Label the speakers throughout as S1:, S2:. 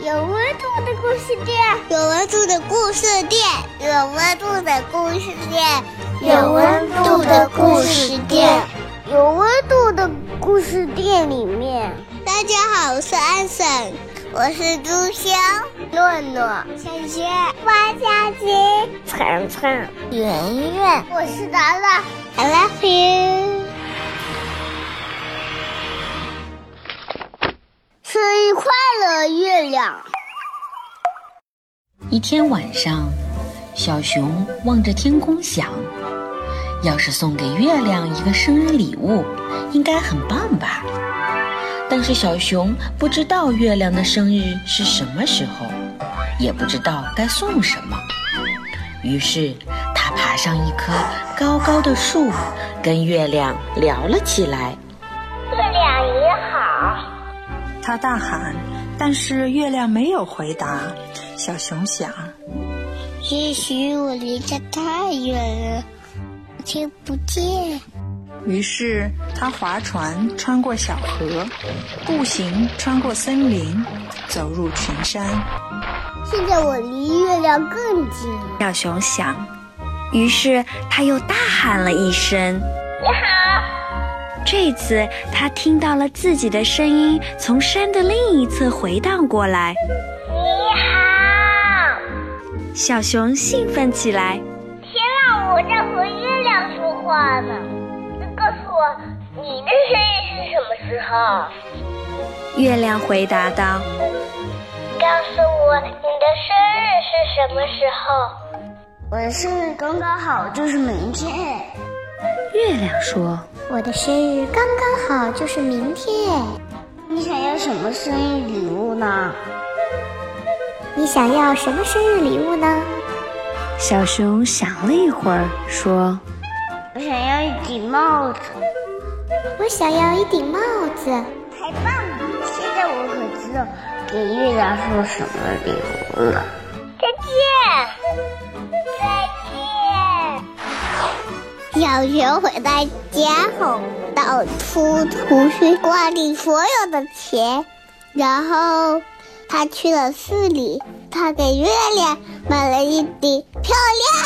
S1: 有温度的故事店，有温度的故事店，有温度的故事店，
S2: 有温度的故事店，
S1: 有温度的故事店里面。大家好，我是安婶，我是朱星、诺诺、萱萱、花佳琪、晨晨、圆圆，我是达达，I love you。生日快乐，月亮！
S3: 一天晚上，小熊望着天空想：要是送给月亮一个生日礼物，应该很棒吧？但是小熊不知道月亮的生日是什么时候，也不知道该送什么。于是，它爬上一棵高高的树，跟月亮聊了起来。
S1: 月亮也好，
S2: 他大喊，但是月亮没有回答。小熊想，
S1: 也许我离得太远了，听不见。
S2: 于是他划船穿过小河，步行穿过森林，走入群山。
S1: 现在我离月亮更近了。
S4: 小熊想，于是他又大喊了一声：“你好！”这次他听到了自己的声音从山的另一侧回荡过来。你好！小熊兴奋起来，
S1: 天啊，我在和月亮说话呢。告诉我，你的生日是什么时候？
S4: 月亮回答道
S1: 告诉我你的生日是什么时候？我的生日刚刚好，就是明天。：“
S4: 月亮说，
S1: 我的生日刚刚好，就是明天。你想要什么生日礼物呢？你想要什么生日礼物呢？
S4: 小熊想了一会儿，说
S1: 我想要一顶帽子。
S5: 我想要一顶帽子，
S1: 太棒了！现在我可知道给月亮送什么礼物了。再见，再见。小熊回到家后，到处图书馆里所有的钱，然后他去了市里，他给月亮买了一顶漂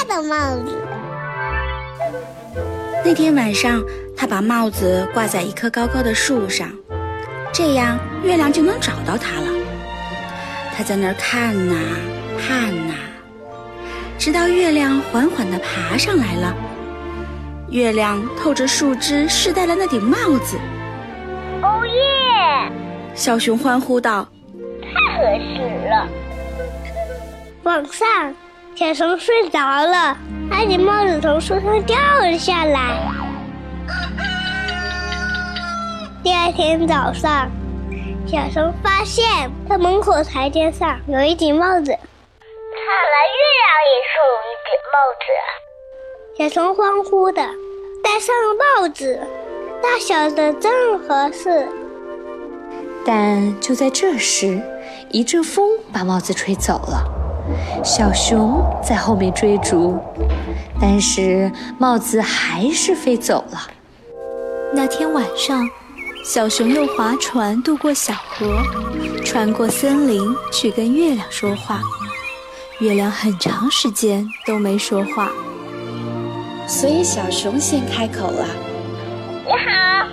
S1: 亮的帽子。
S4: 那天晚上，他把帽子挂在一棵高高的树上，这样月亮就能找到它了。他在那儿看呐、看呐、直到月亮缓缓地爬上来了。月亮透着树枝试戴了那顶帽子，
S1: 哦耶！
S4: 小熊欢呼道
S1: 可耻了。晚上，小熊睡着了，他的帽子从树上掉了下来。第二天早上，小熊发现他门口台阶上有一顶帽子。看来月亮也送我一顶帽子。小熊欢呼的戴上了帽子，大小的正合适。
S6: 但就在这时，一阵风把帽子吹走了。小熊在后面追逐，但是帽子还是飞走了。
S7: 那天晚上，小熊又划船渡过小河，穿过森林去跟月亮说话。月亮很长时间都没说话，
S8: 所以小熊先开口了。
S1: 啊
S8: 你好。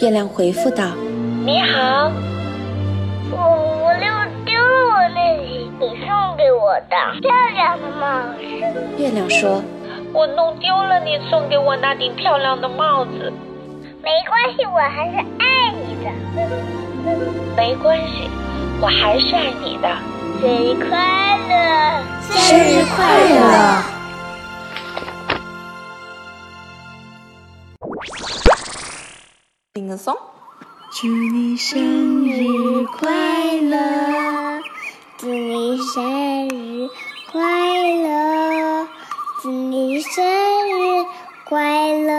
S8: 月亮回复道
S1: 你好，我我溜丢了我那顶你送给我的漂亮的帽子。：“
S8: 月亮说，
S9: 我弄丢了你送给我那顶漂亮的帽子。
S1: 没关系，我还是爱你的。
S9: 没关系，我还是爱你的。
S1: 生日快乐！
S2: 生日快乐！
S8: Sing a song。
S1: 祝你生日快乐！祝你生日快乐！祝你生日快乐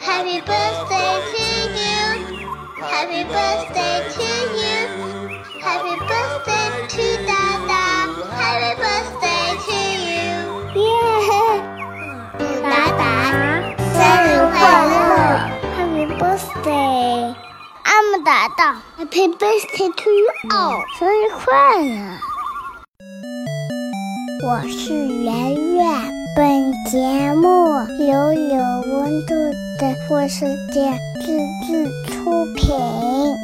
S1: ！Happy birthday to you! Happy birthday to you! Happy birthday to Dada! Happy birthday to you! 耶！祝达达生日快乐！Happy birthday 道，Happy birthday to you all，生日快乐！我是圆圆，本节目由有温度的故事店自制出品。